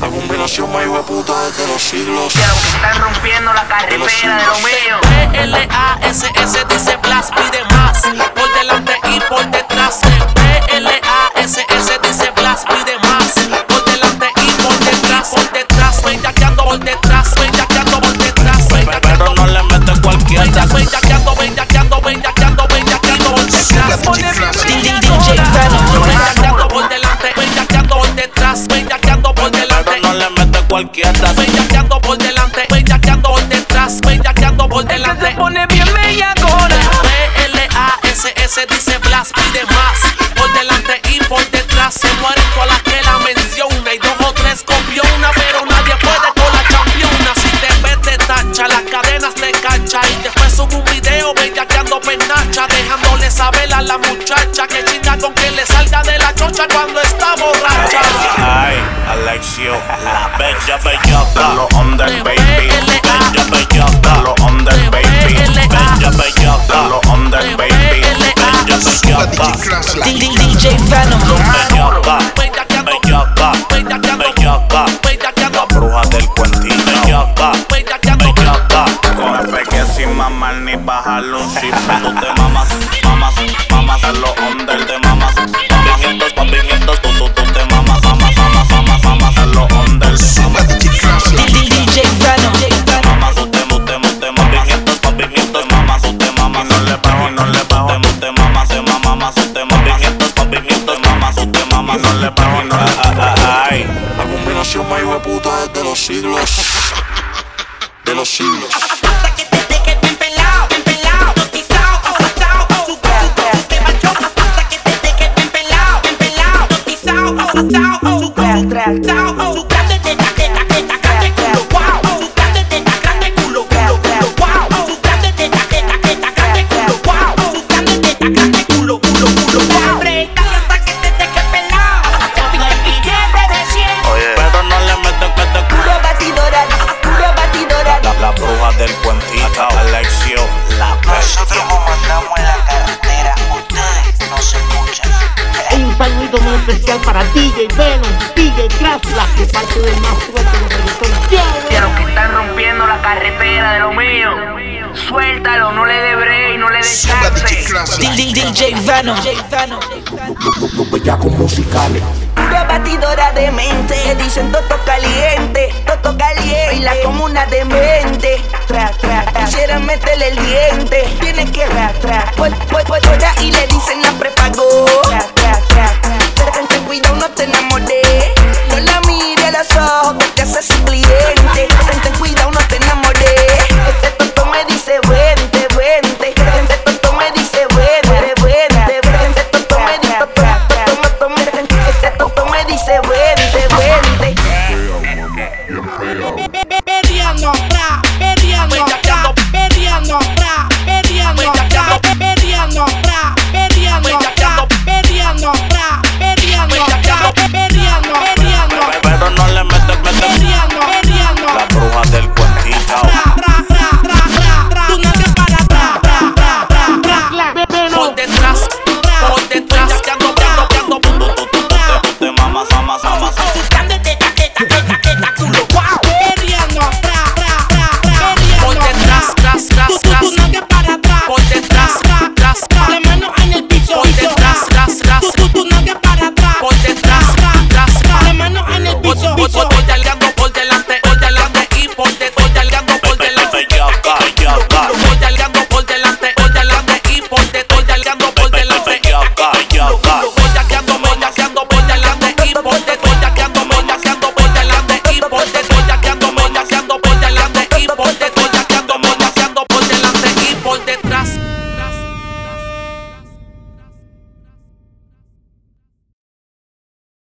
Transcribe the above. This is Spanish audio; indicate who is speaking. Speaker 1: La combinación más hijo puta desde los siglos.
Speaker 2: Ya, que están rompiendo la carretera de lo mío.
Speaker 3: P-L-A-S-S dice Blas, pide más. Por delante y por detrás. P-L-A-S-S dice Blas, pide más. Por delante y por detrás. Por detrás, me ando por detrás. Me ando por detrás. Me
Speaker 4: Pero no le metes cualquier
Speaker 3: ando, me ando, me ando, me ando, me ando por detrás. Me ando por delante, me ando por detrás. Me ando por delante.
Speaker 4: Pero no le metes cualquier
Speaker 3: Bellaqueando por delante, bellaqueando por detrás, bellaqueando por delante.
Speaker 2: Se pone bien bella ahora.
Speaker 3: B-L-A-S-S dice Blas, pide más. Por delante y por detrás se mueren todas las que la menciona. Y dos o tres copiona, pero nadie puede con la campeona. Si te ves de tacha, las cadenas te cancha. Y después sube un video bellaqueando pernacha. Dejándole saber a la muchacha que chinga con que le salga de la chocha cuando está borracha.
Speaker 4: Ay, Alexio, la bella bellota. Lo under baby. Bella bellota. Lo under baby. Bella bellota. Lo under baby. Bella bellota.
Speaker 5: DJ Venom.
Speaker 4: Bellota. Bellota. Bellota. La bruja del cuentillo. Bellota. Bellota. Con el peque sin mamar ni bajarle un chifre. Tú te mamas, mamas, mamas. A lo under te mamas. Papijitos, papijitos. Tú, tú, tú te mamas, mamas, mamas, mamas, mamas. A lo under te mamas.
Speaker 5: DJ Venom.
Speaker 4: Mamas, usted, usted, usted, movimientos, movimientos, mamas, usted, mamas, no le bajo, no le bajo, usted, usted, mamas, se mama, mamas, usted, movimientos, movimientos, mamas, usted, mamas, no le bajo, no le ay.
Speaker 1: La combinación más hijo puta desde los siglos. De los siglos.
Speaker 6: Hasta que te deje bien pelado, bien pelado, notizado, abrazado, su te macho. Hasta que te deje bien pelado, bien pelado, notizado, abrazado, su culo, su grande de la teta, teta, grande culo, wow. Su grande de la grande culo, culo, culo, wow. Su grande de la teta, teta, grande culo, wow. Su grande de la grande culo, culo, culo, wow. Apretalo hasta que te deje pelado, hasta que te billete de 100.
Speaker 4: Pero no le meto que te cura
Speaker 5: Pura batidora, pura batidora.
Speaker 4: la, la bruja del cuentito, Alexio, la bestia.
Speaker 7: Nosotros como andamos en la carretera, ustedes no se escuchan.
Speaker 8: Un saludo muy especial para DJ Venom, DJ Crash, la que parte del más fuerte de los reggaetones. Yeah.
Speaker 2: Ya, los que están rompiendo la carretera de lo mío. Suéltalo, no le dé break, no le dé chance.
Speaker 5: DJ Venom.
Speaker 1: Los bellacos musicales.
Speaker 5: Pura batidora de mente. Dicen toto caliente, toto caliente. Y la comuna de mente. Tra, tra, tra. Quisiera meterle el diente. Tiene que ra, tra. Por, por, por, por ahí le dicen la prepa.